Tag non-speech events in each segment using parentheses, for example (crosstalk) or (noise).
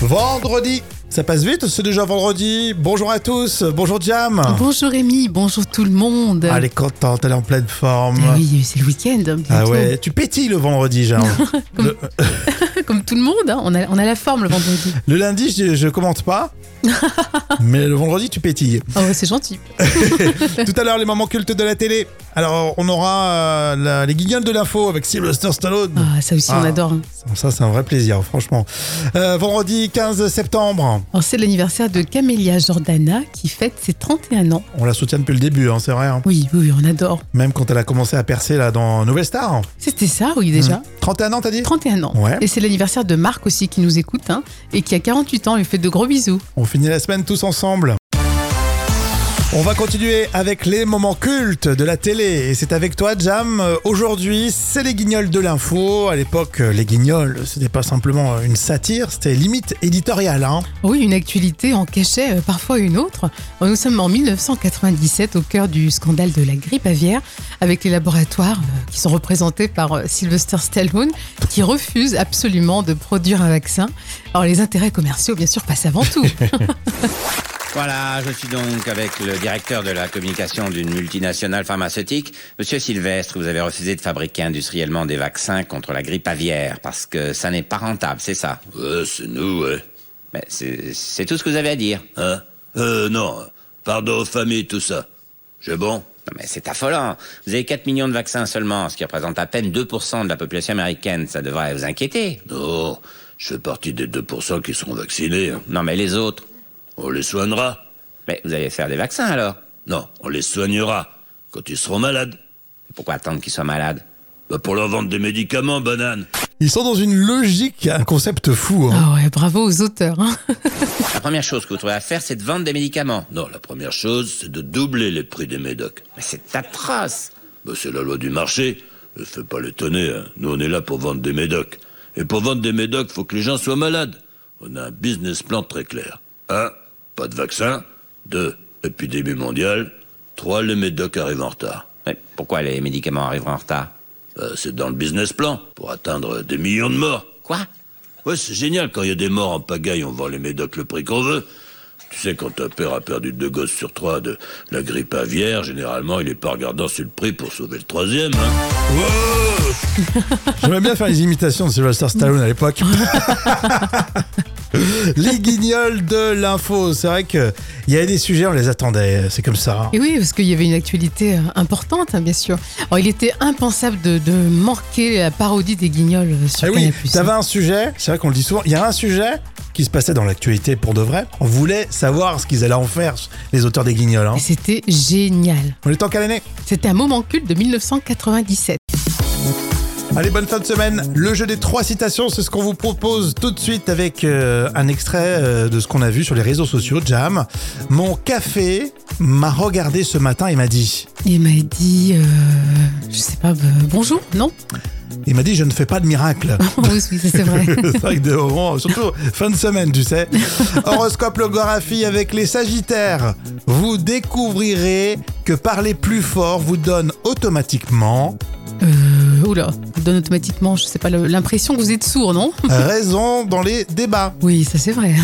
Vendredi Ça passe vite, c'est déjà vendredi. Bonjour à tous, bonjour Jam. Bonjour Rémi, bonjour tout le monde. Ah, elle est contente, elle est en pleine forme. Ah oui, c'est le week-end. bientôt. Ah ouais, tu pétilles le vendredi, (laughs) Jam. le, Comme tout le monde, hein, on, a, on a la forme (laughs) le vendredi. le lundi, je, je commente (laughs) pas. mais le vendredi, tu pétilles. Ah ouais, c'est gentil. Tout à l'heure, les moments cultes de la télé. Alors, on aura euh, la- les guignols de l'info avec Sylvester Stallone. Ah, ça aussi, on Ah. adore. hein. Ça, c'est un vrai plaisir, franchement. Euh, vendredi 15 septembre. Alors, C'est l'anniversaire de Camélia Jordana qui fête ses 31 ans. On la soutient depuis le début, hein, c'est vrai. hein. Oui, oui, oui, on adore. Même quand elle a commencé à percer là dans Nouvelle Star. C'était ça, oui, déjà. Hmm. 31 ans, t'as dit 31 ans. Ouais. Et c'est l'anniversaire de Marc aussi qui nous écoute hein, et qui a 48 ans. On lui fait de gros bisous. On finit la semaine tous ensemble. On va continuer avec les moments cultes de la télé. Et c'est avec toi, Jam. Euh, Aujourd'hui, c'est les guignols de l'info. À l'époque, euh, les guignols, c'était pas simplement une satire, c'était limite éditoriale. hein. Oui, une actualité en cachait euh, parfois une autre. Nous sommes en 1997 au cœur du scandale de la grippe aviaire avec les laboratoires euh, qui sont représentés par euh, Sylvester Stallone qui refuse absolument de produire un vaccin. Alors les intérêts commerciaux bien sûr passent avant tout. Voilà, je suis donc avec le directeur de la communication d'une multinationale pharmaceutique. Monsieur Sylvestre, vous avez refusé de fabriquer industriellement des vaccins contre la grippe aviaire parce que ça n'est pas rentable, c'est ça Ouais, Euh, c'est nous, ouais. Mais c'est c'est tout ce que vous avez à dire. Hein Euh, non. Pardon aux familles, tout ça. C'est bon Non mais c'est affolant. Vous avez 4 millions de vaccins seulement, ce qui représente à peine 2% de la population américaine. Ça devrait vous inquiéter. Non, je fais partie des 2% qui seront vaccinés. hein. Non mais les autres On les soignera Mais vous allez faire des vaccins alors Non, on les soignera. Quand ils seront malades. Pourquoi attendre qu'ils soient malades Bah, pour leur vendre des médicaments, banane. Ils sont dans une logique, un concept fou. (laughs) hein. Ah ouais, bravo aux auteurs. hein. La première chose que vous trouvez à faire, c'est de vendre des médicaments. Non, la première chose, c'est de doubler les prix des médocs. Mais c'est atroce Bah, c'est la loi du marché. Ne fais pas l'étonner, hein. Nous, on est là pour vendre des médocs. Et pour vendre des médocs, faut que les gens soient malades. On a un business plan très clair. Un, Pas de vaccin. Deux, Épidémie mondiale. Trois, Les médocs arrivent en retard. Mais pourquoi les médicaments arriveront en retard Euh, c'est dans le business plan, pour atteindre des millions de morts. Quoi Ouais, c'est génial, quand il y a des morts en pagaille, on vend les médocs le prix qu'on veut. Tu sais, quand un père a perdu deux gosses sur trois de la grippe aviaire, généralement, il est pas regardant sur le prix pour sauver le troisième, hein. J'aimais bien faire les imitations de Sylvester Stallone à l'époque. les guignols de l'info. C'est vrai qu'il y avait des sujets, on les attendait. C'est comme ça. hein. Et oui, parce qu'il y avait une actualité euh, importante hein, bien sûr. Alors il était impensable de, de manquer la parodie des guignols euh, sur Ah oui, Canal+. t'avais un sujet, c'est vrai qu'on le dit souvent, il y a un sujet qui se passait dans l'actualité pour de vrai. On voulait savoir ce qu'ils allaient en faire, les auteurs des guignols. Hein. Et c'était génial. On est en quelle année C'était un moment culte de 1997. Allez, bonne fin de semaine. Le jeu des trois citations, c'est ce qu'on vous propose tout de suite avec euh, un extrait euh, de ce qu'on a vu sur les réseaux sociaux, Jam. Mon café m'a regardé ce matin et m'a dit. Il m'a dit, euh, je sais pas, bah, bonjour, (laughs) non Il m'a dit, je ne fais pas de miracle. Oui, oui, ça, c'est (laughs) vrai. c'est vrai que des moments, surtout fin de semaine, tu sais. Horoscope Logographie avec les Sagittaires. Vous découvrirez que parler plus fort vous donne automatiquement Euh, oula, ça donne automatiquement, je sais pas, le- l'impression que vous êtes sourd, non raison dans les débats. Oui, ça c'est vrai.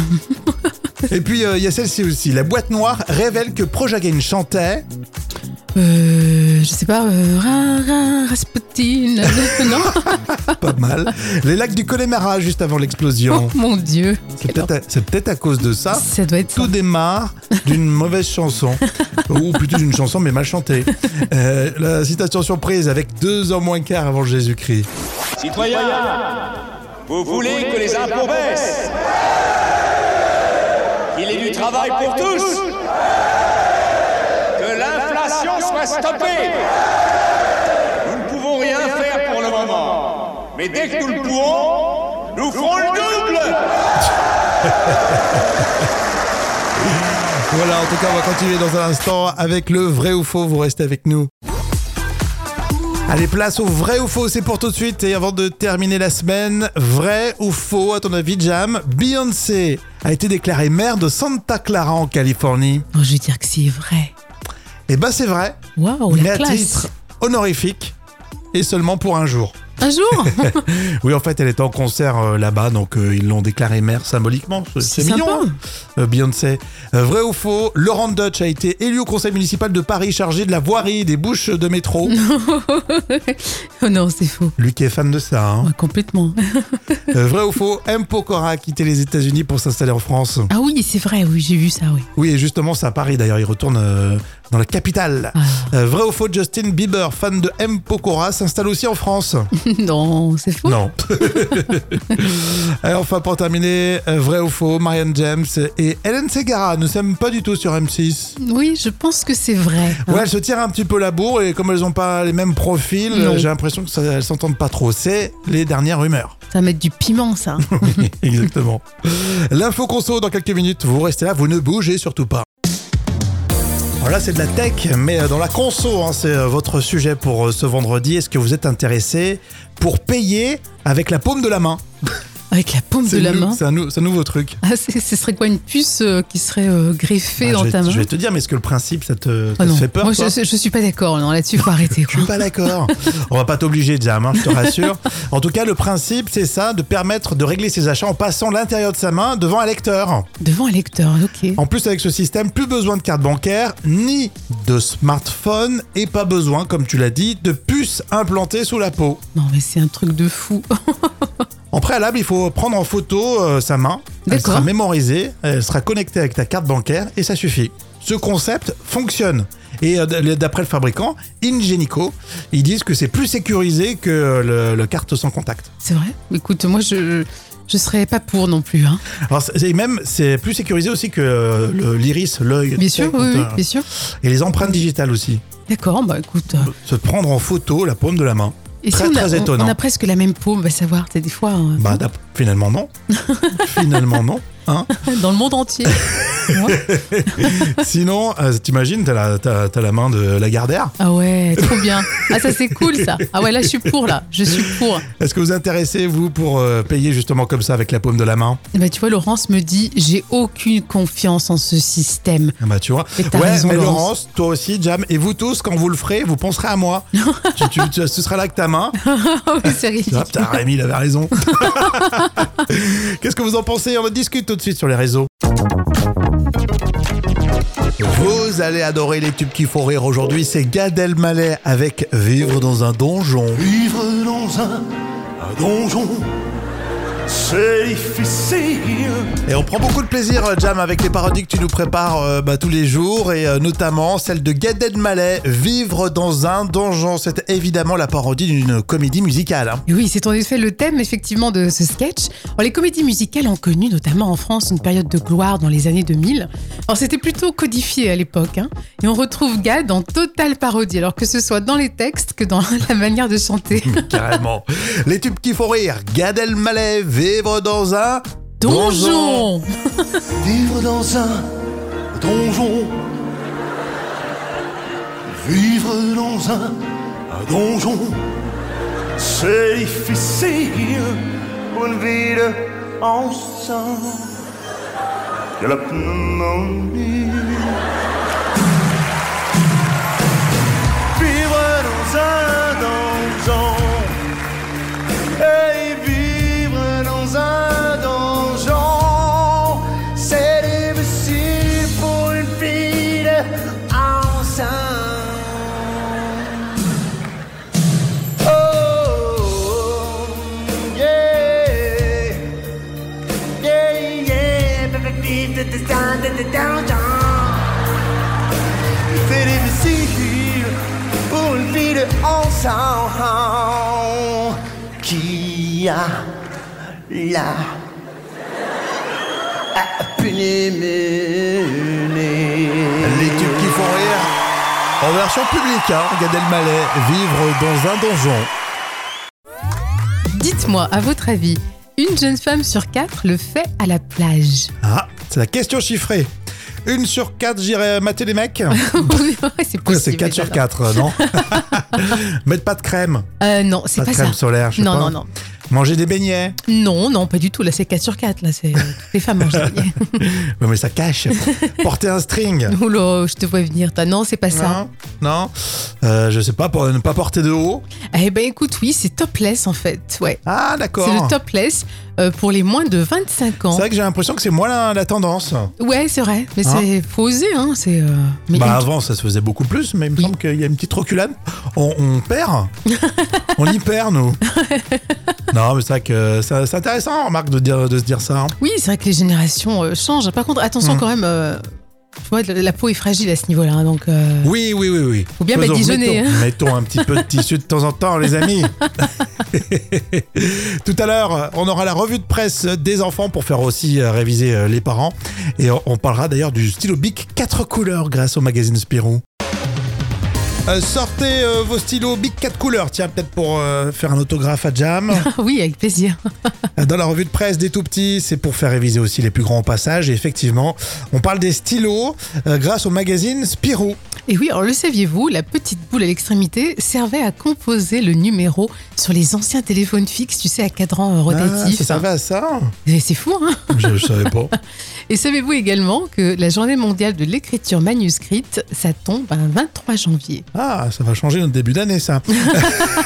Et puis, euh, il y a celle-ci aussi. La boîte noire révèle que Projaguin chantait. Euh, je sais pas, euh, ra, ra, Rasputin, (laughs) non Pas mal. Les lacs du Connemara juste avant Oh (laughs) Ah, l'explosion. mon dieu. C'est peut-être à- c'est peut-être à cause de ça. Ça doit être ça. Tout démarre d'une mauvaise chanson, ou plutôt d'une chanson mais mal chantée. Euh, la citation surprise avec deux hommes moins quart avant Jésus-Christ. Citoyens, vous voulez que les impôts baissent Qu'il y ait du travail pour tous Que l'inflation soit stoppée Nous ne pouvons rien faire pour le moment. Mais dès que nous le pourrons, nous ferons le double Voilà, en tout cas, on va continuer dans un instant avec le vrai ou faux. Vous restez avec nous. Allez, place au vrai ou faux, c'est pour tout de suite. Et avant de terminer la semaine, vrai ou faux, à ton avis, Jam, Beyoncé a été déclarée mère de Santa Clara en Californie. Oh, je veux dire que c'est vrai. Eh ben, c'est vrai. Waouh, mais Oh, la à classe. titre honorifique et seulement pour un jour. Un (laughs) jour Oui, en fait, elle était en concert euh, là-bas, donc euh, ils l'ont déclarée mère symboliquement. C'est- C'est C'est mignon, sympa. hein, euh, Beyoncé. Euh, vrai ou faux, Laurent Dutch a été élu au conseil municipal de Paris chargé de la voirie des bouches de métro. Oh non, c'est faux. Lui qui est fan de ça. hein. Ouais, complètement. Euh, vrai ou faux, M. Pokora a quitté les États-Unis pour s'installer en France. Ah oui, c'est vrai, oui, j'ai vu ça, oui. Oui, et justement, c'est à Paris d'ailleurs, il retourne euh, dans la capitale. Euh, vrai ou faux, Justin Bieber, fan de M. Pokora, s'installe aussi en France. (laughs) non, c'est (laughs) faux. Non. Et enfin, pour terminer, euh, vrai ou faux, Marianne James et Hélène Segara ne s'aiment pas du tout sur M6. Oui, je pense que c'est vrai. Ouais, elles se tirent un petit peu la bourre et comme elles n'ont pas les mêmes profils, Non. euh, j'ai l'impression que ça- elles s'entendent pas trop. C'est les dernières (laughs) rumeurs. (laughs) Ça va mettre du piment, (laughs) ça. Oui, Exactement. L'info conso dans quelques minutes. Vous restez là, vous ne bougez surtout pas. Alors là, c'est de la tech, mais euh, dans la conso, hein, c'est euh, votre sujet pour euh, ce vendredi. Est-ce que vous êtes intéressé pour payer avec la paume de la main Avec la paume de C'est la nou- main. C'est un, nou- c'est un nouveau truc. Ah, c'est- ce serait quoi une puce euh, qui serait euh, greffée Bah, dans je, vais, ta main je vais te dire, mais est-ce que le principe, ça te, ça Ah te non. fait peur Moi, toi je, je suis pas d'accord. Non, là-dessus, (laughs) faut arrêter. Je Quoi. suis pas d'accord. On va pas t'obliger, Jam, hein, je te rassure. En tout cas, le principe, c'est ça, de permettre de régler ses achats en passant l'intérieur de sa main devant un lecteur. Devant un lecteur, ok. En plus, avec ce système, plus besoin de carte bancaire, ni de smartphone, et pas besoin, comme tu l'as dit, de puce implantée sous la peau. Non, mais c'est un truc de fou. Oh, En préalable, il faut prendre en photo euh, sa main. Elle D'accord. sera mémorisée, elle sera connectée avec ta carte bancaire et ça suffit. Ce concept fonctionne. Et euh, d- d'après le fabricant, Ingenico, ils disent que c'est plus sécurisé que euh, le, le carte sans contact. C'est vrai Écoute, moi, je je serais pas pour non plus. Hein. Alors, c'est- et même, c'est plus sécurisé aussi que euh, le- l'iris, l'œil. tu Bien sais, sûr, quand, oui, oui, euh, bien sûr. Et les empreintes digitales aussi. D'accord, bah écoute. euh, Se prendre en photo la paume de la main. Et très, si on a, très on- étonnant. on a presque la même paume, on va savoir, t'as des fois, euh, Bah, d'ap- finalement, (laughs) non. finalement, non. Hein dans le monde entier. Sinon, euh, t'imagines, t'as la, t'as- t'as la main de la gardère. Ah ouais, trop bien. Ah ça c'est cool ça. Ah ouais, là je suis pour là, je suis pour. Est-ce que vous intéressez, vous, pour euh, payer justement comme ça avec la paume de la main Bah tu vois, Laurence me dit, j'ai aucune confiance en ce système. Ah Bah, tu vois. Mais t'as ouais, raison, mais Laurence. Laurence. toi aussi, Jam, et vous tous, quand vous le ferez, vous penserez à (laughs) moi. tu, tu- tu- ce sera là que ta main. Ah oui, c'est Tu vois, ridicule. putain, Rémi, il avait raison. (laughs) Qu'est-ce que vous en pensez On en discute tout de suite sur les réseaux. Vous allez adorer les tubes qui font rire aujourd'hui. C'est Gad Elmaleh avec Vivre dans un donjon. Vivre dans un, un donjon, c'est difficile. Et on prend beaucoup de plaisir, euh, Jam, avec les parodies que tu nous prépares euh, bah, tous les jours, et euh, notamment celle de Gad Elmaleh, Vivre dans un donjon. C'est évidemment la parodie d'une comédie musicale. hein. (laughs) Et Oui, c'est en effet le thème effectivement de ce sketch. Alors, les comédies musicales ont connu notamment en France une période de gloire dans les années 2000. Alors c'était plutôt codifié à l'époque. hein. Et on retrouve Gad en totale parodie, alors que ce soit dans les textes que dans (laughs) la manière de chanter. Carrément. les tubes qui font rire, Gad Elmaleh, Vivre dans un Donjon Vivre dans un donjon. Vivre dans un, un donjon, c'est difficile. Une vie de ensemble. De la pneumonie. Vivre dans un donjon. Et vivre dans un donjon, c'est difficile pour une fille enceinte. Oh, yeah, yeah, yeah, vivre dans un donjon, c'est difficile pour une fille enceinte qui a la pneumonie. Les tubes qui font rire. En version publique, hein, Gad Elmaleh, Vivre dans un donjon. Dites-moi, à votre avis, une jeune femme sur quatre le fait à la plage (laughs) Ah, c'est la question chiffrée. Une sur quatre, j'irai mater les mecs. Oui, C'est Quoi, possible. c'est 4 sur j'adore. 4, non (laughs) Mettre pas de crème, Euh, Non, c'est pas de pas crème ça. solaire, je sais Non, pas. non, non. Manger des beignets. Non, non, pas du tout. Là, c'est 4 sur 4. Là, c'est euh, toutes les femmes mangent (laughs) des beignets. Ouais, mais ça (laughs) cache. Porter un string. Oula, je te vois venir. T'as- Non, c'est pas ça. Non, non. Euh, je sais pas, pour ne pas porter de haut. Eh ben, écoute, oui, c'est topless en fait. Ouais. Ah, d'accord. C'est le topless euh, pour les moins de 25 C'est ans. vrai que j'ai l'impression que c'est moi la, la tendance. Ouais, c'est vrai. Mais Hein c'est faut oser, hein. C'est. euh, mais bah, une- avant, ça se faisait beaucoup plus, mais il me Oui. semble qu'il y a une petite reculade. On, on (laughs) perd. on y perd, nous. non, mais c'est vrai que ça- c'est intéressant, remarque, de, dire, de se dire ça. hein. Oui, c'est vrai que les générations euh, changent. Par contre, attention Mm. quand même. euh, tu vois, la la peau est fragile à ce niveau-là, hein, donc. euh, (laughs) Oui, oui, oui, oui. Faut bien hein. badigeonner, mettons, mettons un petit peu de tissu de temps en temps, les amis. (laughs) Tout à l'heure, on aura la revue de presse des enfants pour faire aussi euh, réviser euh, les parents. Et on, on parlera d'ailleurs du stylo Bic 4 couleurs grâce au magazine Spirou. Euh, sortez euh, vos stylos Bic 4 couleurs, tiens, peut-être pour euh, faire un autographe à (laughs) Jam. Euh, oui, avec plaisir. Dans la revue de presse des tout petits, c'est pour faire réviser aussi les plus grands au passage. Et effectivement, on parle des stylos euh, grâce au magazine Spirou. Et oui, alors le saviez-vous, la petite boule à l'extrémité servait à composer le numéro sur les anciens téléphones fixes, tu sais, à cadran euh, Ah, rotatif. ça servait à ça Et C'est fou, hein Je, je savais pas. Et savez-vous également que la journée mondiale de l'écriture manuscrite, ça tombe un 23 janvier. Ah, ça va changer notre début d'année, ça.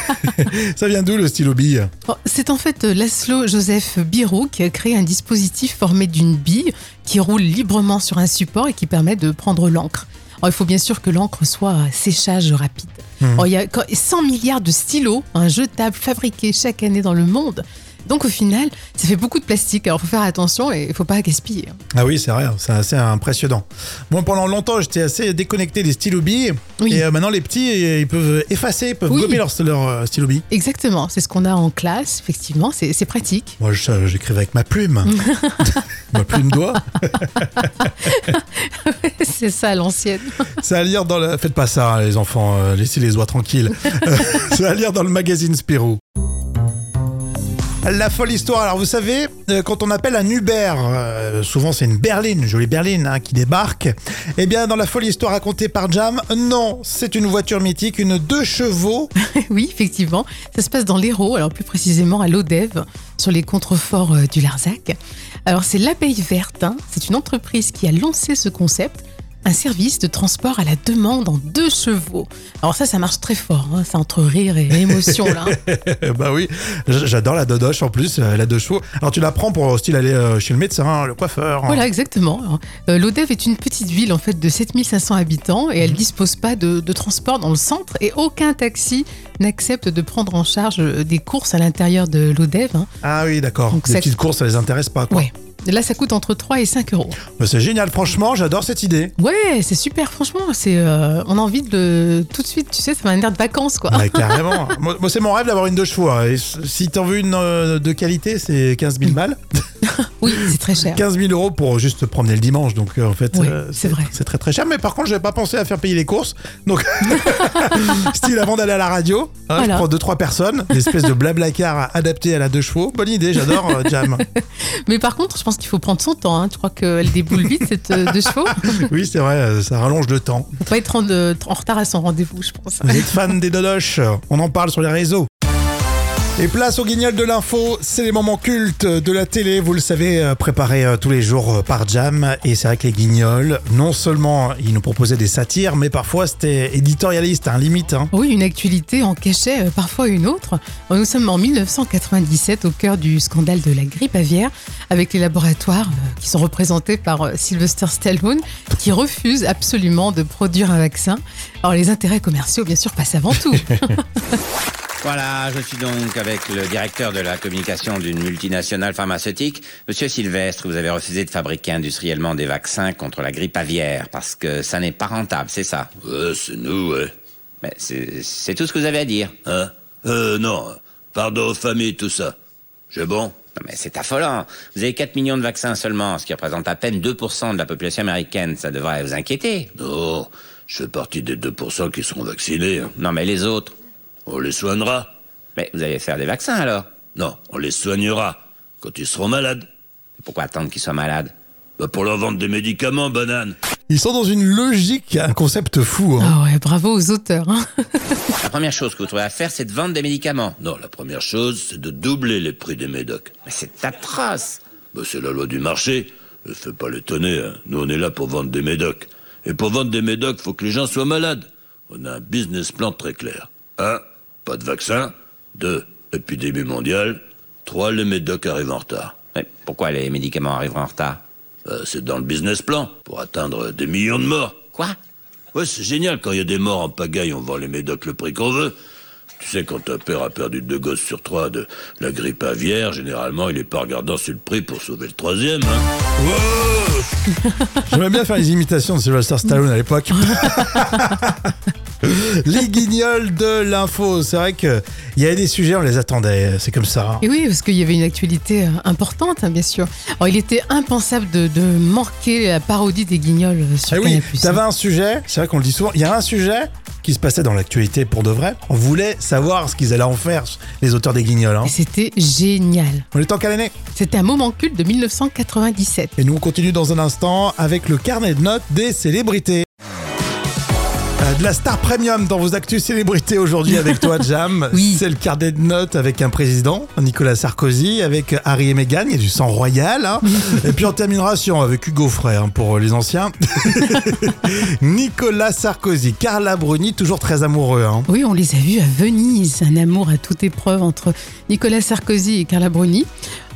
(laughs) ça vient d'où le stylo bille Oh, C'est en fait euh, Laszlo Joseph Biro qui a créé un dispositif formé d'une bille qui roule librement sur un support et qui permet de prendre l'encre. Alors, il faut bien sûr que l'encre soit à séchage rapide. Alors, il y a quand- 100 milliards de stylos hein, jetables fabriqués chaque année dans le monde. Donc au final, ça fait beaucoup de plastique. Alors il faut faire attention et il faut pas gaspiller. hein. Ah oui, c'est vrai, c'est assez impressionnant. Moi, pendant longtemps, j'étais assez déconnecté des stylos billes. Oui. Et euh, maintenant, les petits, euh, ils peuvent effacer, ils peuvent Oui. gober leur, leur euh, stylo bille. Exactement, c'est ce qu'on a en classe, effectivement, c'est c'est pratique. (laughs) Moi, je- euh, j'écrivais avec ma plume. ma plume doigt. c'est ça à l'ancienne. C'est à lire dans le... Faites pas ça, hein, les enfants. euh, laissez les oies (laughs) tranquilles. Euh, c'est à lire dans le magazine Spirou. La folle histoire. Alors, vous savez, euh, quand on appelle un Uber, euh, souvent c'est une berline, une jolie berline, hein, qui débarque. Eh bien, dans la folle histoire racontée par Jam, non, c'est une voiture mythique, une deux (laughs) chevaux. oui, effectivement, ça se passe dans l'Hérault, alors plus précisément à l'Odève, sur les contreforts euh, du Larzac. Alors c'est l'Abeille Verte, hein, c'est une entreprise qui a lancé ce concept, un service de transport à la demande en deux chevaux. Alors ça, ça marche très fort, hein, c'est entre rire et émotion là. Eh bah oui, j- j'adore la dodoche en plus, euh, la deux chevaux. Alors, tu la prends pour euh, style aller euh, chez le médecin, le coiffeur. hein. Voilà, exactement. Alors, euh, L'Odève est une petite ville en fait de 7500 habitants et elle dispose pas de, de transport dans le centre et aucun taxi n'accepte de prendre en charge euh, des courses à l'intérieur de l'Odève. hein. Ah oui, d'accord. Donc, Les ça- petites courses, ça les intéresse pas. Quoi. Ouais. Là, ça coûte entre 3 et 5 euros. Mais C'est génial, franchement, j'adore cette idée. Ouais, c'est super, franchement. C'est, euh, on a envie de le. Tout de suite, tu sais, ça m'a l'air de vacances, quoi. Ouais, carrément. moi, moi, c'est mon rêve d'avoir une deux chevaux. hein. Et si t'en veux une euh, de qualité, c'est 15 000 balles. Oui, c'est très cher. 15 000 euros pour juste te promener le dimanche. Donc, euh, en fait, Ouais, c'est vrai. C'est très très cher. Mais par contre, j'avais pas pensé à faire payer les courses. Donc, (laughs) style avant d'aller à la radio, hein, je Voilà. prends deux trois personnes, une espèce de blablacar adapté à la deux chevaux. Bonne idée, j'adore euh, (laughs) Jam. Mais par contre, je pense qu'il faut prendre son temps. Hein. Tu crois qu'elle déboule vite, cette euh, deux chevaux oui, c'est vrai, euh, ça rallonge le temps. Faut pas être en, euh, en retard à son rendez-vous, je pense. Vous êtes fan des dodoches On en parle sur les réseaux. Et place au guignol de l'info, c'est les moments cultes de la télé, vous le savez, euh, préparés euh, tous les jours euh, par Jam. Et c'est vrai que les guignols, non seulement ils nous proposaient des satires, mais parfois c'était éditorialiste, hein, limite. hein. Oui, une actualité en cachait euh, parfois une autre. Nous sommes en 1997 au cœur du scandale de la grippe aviaire avec les laboratoires euh, qui sont représentés par euh, Sylvester Stallone qui refuse absolument de produire un vaccin. Alors les intérêts commerciaux bien sûr passent avant tout. Voilà, je suis donc avec le directeur de la communication d'une multinationale pharmaceutique. Monsieur Sylvestre, vous avez refusé de fabriquer industriellement des vaccins contre la grippe aviaire parce que ça n'est pas rentable, c'est ça Ouais, c'est nous, ouais. Mais c'est c'est tout ce que vous avez à dire. Hein Euh, non. Pardon aux familles, tout ça. C'est bon Non mais c'est affolant. Vous avez 4 millions de vaccins seulement, ce qui représente à peine 2% de la population américaine. Ça devrait vous inquiéter. Non, je fais partie des 2% qui seront vaccinés. hein. Non mais les autres On les soignera Mais vous allez faire des vaccins alors Non, on les soignera quand ils seront malades. Pourquoi attendre qu'ils soient malades Bah pour leur vendre des médicaments, banane. Ils sont dans une logique, un concept fou. (laughs) hein. Ah ouais, bravo aux auteurs. hein. La première chose que vous trouvez à faire, c'est de vendre des médicaments. Non, la première chose, c'est de doubler les prix des médocs. Mais c'est atroce. Bah, c'est la loi du marché. Ne fais pas le tonner, hein. Nous, on est là pour vendre des médocs. Et pour vendre des médocs, faut que les gens soient malades. On a un business plan très clair. 1. Pas de vaccin. 2. Épidémie mondiale. 3. Les médocs arrivent en retard. Mais pourquoi les médicaments arrivent en retard Euh, c'est dans le business plan, pour atteindre des millions de morts. Quoi Ouais, c'est génial, quand il y a des morts en pagaille, on vend les médocs le prix qu'on veut. Tu sais, quand un père a perdu deux gosses sur trois de la grippe aviaire, généralement, il est pas regardant sur le prix pour sauver le troisième, hein. Wow J'aimerais bien faire les imitations de Sylvester Stallone à l'époque. les guignols de l'info. C'est vrai qu'il y a des sujets, on les attendait. C'est comme ça. Et oui, parce qu'il y avait une actualité euh, importante, hein, bien sûr. Alors, il était impensable de, de manquer la parodie des guignols euh, Eh sur oui, Canal+. t'avais un sujet, c'est vrai qu'on le dit souvent, il y a un sujet qui se passait dans l'actualité pour de vrai. On voulait savoir ce qu'ils allaient en faire, les auteurs des guignols. hein. Et C'était génial. On est en quelle année C'était un moment culte de 1997. Et nous, on continue dans un instant avec le carnet de notes des célébrités. Euh, De la star premium dans vos actus célébrités aujourd'hui avec toi, Jam. Oui. C'est le carnet de notes avec un président, Nicolas Sarkozy, avec Harry et Meghan, il y a du sang royal. hein. et puis on terminera sur, avec Hugo Frey hein, pour les anciens. (laughs) Nicolas Sarkozy, Carla Bruni, toujours très amoureux. hein. Oui, on les a vus à Venise, un amour à toute épreuve entre Nicolas Sarkozy et Carla Bruni.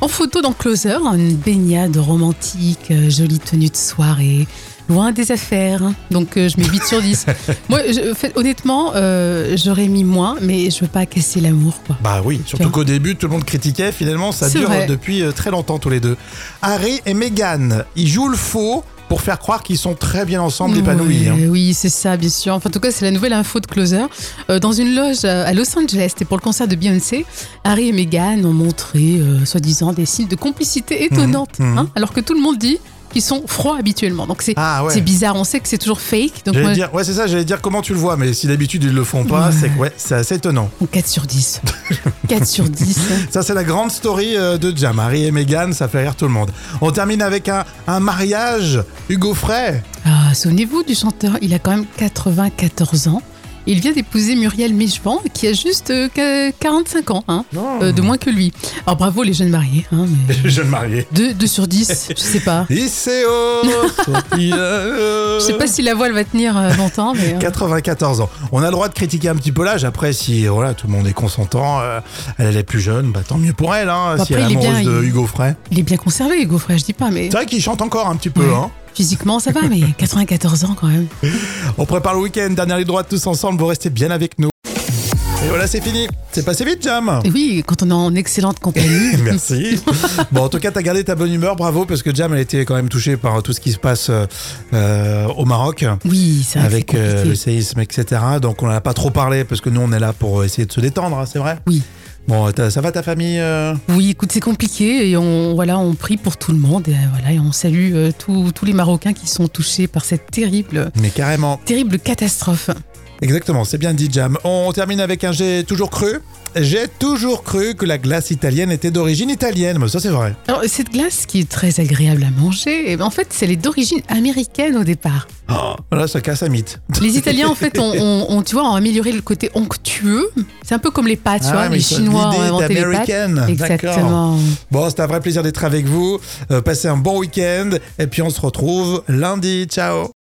En photo dans Closer, une baignade romantique, euh, jolie tenue de soirée, loin des affaires. hein. Donc euh, je mets 8 sur 10. Moi, je- en fait, honnêtement, euh, j'aurais mis moins, mais je veux pas casser l'amour. quoi. Bah oui, surtout Tiens. qu'au début, tout le monde critiquait. Finalement, ça C'est dure vrai. depuis euh, très longtemps, tous les deux. Harry et Meghan, ils jouent le faux pour faire croire qu'ils sont très bien ensemble, épanouis. Ouais, hein. Oui, c'est ça, bien sûr. Enfin, en tout cas, c'est la nouvelle info de Closer. Euh, dans une loge euh, à Los Angeles, c'était pour le concert de Beyoncé, Harry et Meghan ont montré, euh, soi-disant, des signes de complicité étonnantes, Mhm, mhm. hein, alors que tout le monde dit qu'ils sont froids habituellement. Donc c'est Ah ouais. c'est bizarre, on sait que c'est toujours fake. Donc J'allais moi, dire, ouais, c'est ça, j'allais dire comment tu le vois, mais si d'habitude ils le font pas, Ouais. c'est que, ouais, c'est assez étonnant. on- 4 sur (laughs) 10. 4 sur 10. Ça, c'est la grande story euh, de Jam. Harry et Meghan, ça fait rire tout le monde. On termine avec un, un mariage. Hugo (laughs) Frey. Ah, Souvenez-vous du chanteur, il a quand même 94 ans. Il vient d'épouser Muriel Michvan, qui a juste euh, qu- 45 ans, hein, euh, de moins que lui. Alors bravo les jeunes mariés. Hein, mais- Jeune marié. 2, sur 10, je sais pas. (laughs) Iseo. Je sais pas si la voile va tenir euh, longtemps, mais. euh, 94 ans. On a le droit de critiquer un petit peu l'âge. Après, si voilà, tout le monde est consentant, euh, elle elle est plus jeune, bah, tant mieux pour elle. Hein, Bah, si après, elle est il est bien, amoureuse de il- Hugo Frey. Il est bien conservé, Hugo Frey, je dis pas, mais. C'est vrai qu'il chante encore un petit peu. Ouais. Hein. Physiquement, ça va, (laughs) mais 94 ans quand même. On prépare le week-end. Dernière ligne droite tous ensemble. Vous restez bien avec nous. Et voilà, c'est fini. C'est passé vite, Jam. (laughs) Et oui, quand on est en (laughs) excellente compagnie. Merci. Bon, en tout cas, t'as gardé ta bonne humeur, bravo, parce que Jam, elle était quand même touchée par tout ce qui se passe euh, euh, au Maroc. Oui, c'est vrai que Avec c'est euh, compliqué. le séisme, etc. Donc on n'en a pas trop parlé parce que nous on est là pour essayer de se détendre, hein, c'est vrai Oui. Bon, t'as- ça va ta famille euh Oui, écoute, c'est compliqué et on, voilà, on prie pour tout le monde et, euh, voilà, et on salue euh, tous- tous les Marocains qui sont touchés par cette terrible, Mais carrément. terrible catastrophe. Exactement, c'est bien dit Jam. On termine avec un j'ai toujours cru. J'ai toujours cru que la glace italienne était d'origine italienne, mais ça c'est vrai. Alors, cette glace qui est très agréable à manger, eh ben, en fait, c'est est d'origine américaine au départ. Voilà, ça casse un mythe. (laughs) Les Italiens, en fait, ont, ont- ont, tu vois, ont amélioré le côté onctueux. C'est un peu comme les pâtes, tu vois. Ah, mais les ça, Chinois ont l'idée inventé les pâtes. d'américaine. D'accord. Exactement. Bon, c'était un vrai plaisir d'être avec vous. Euh, passez un bon week-end et puis on se retrouve lundi. Ciao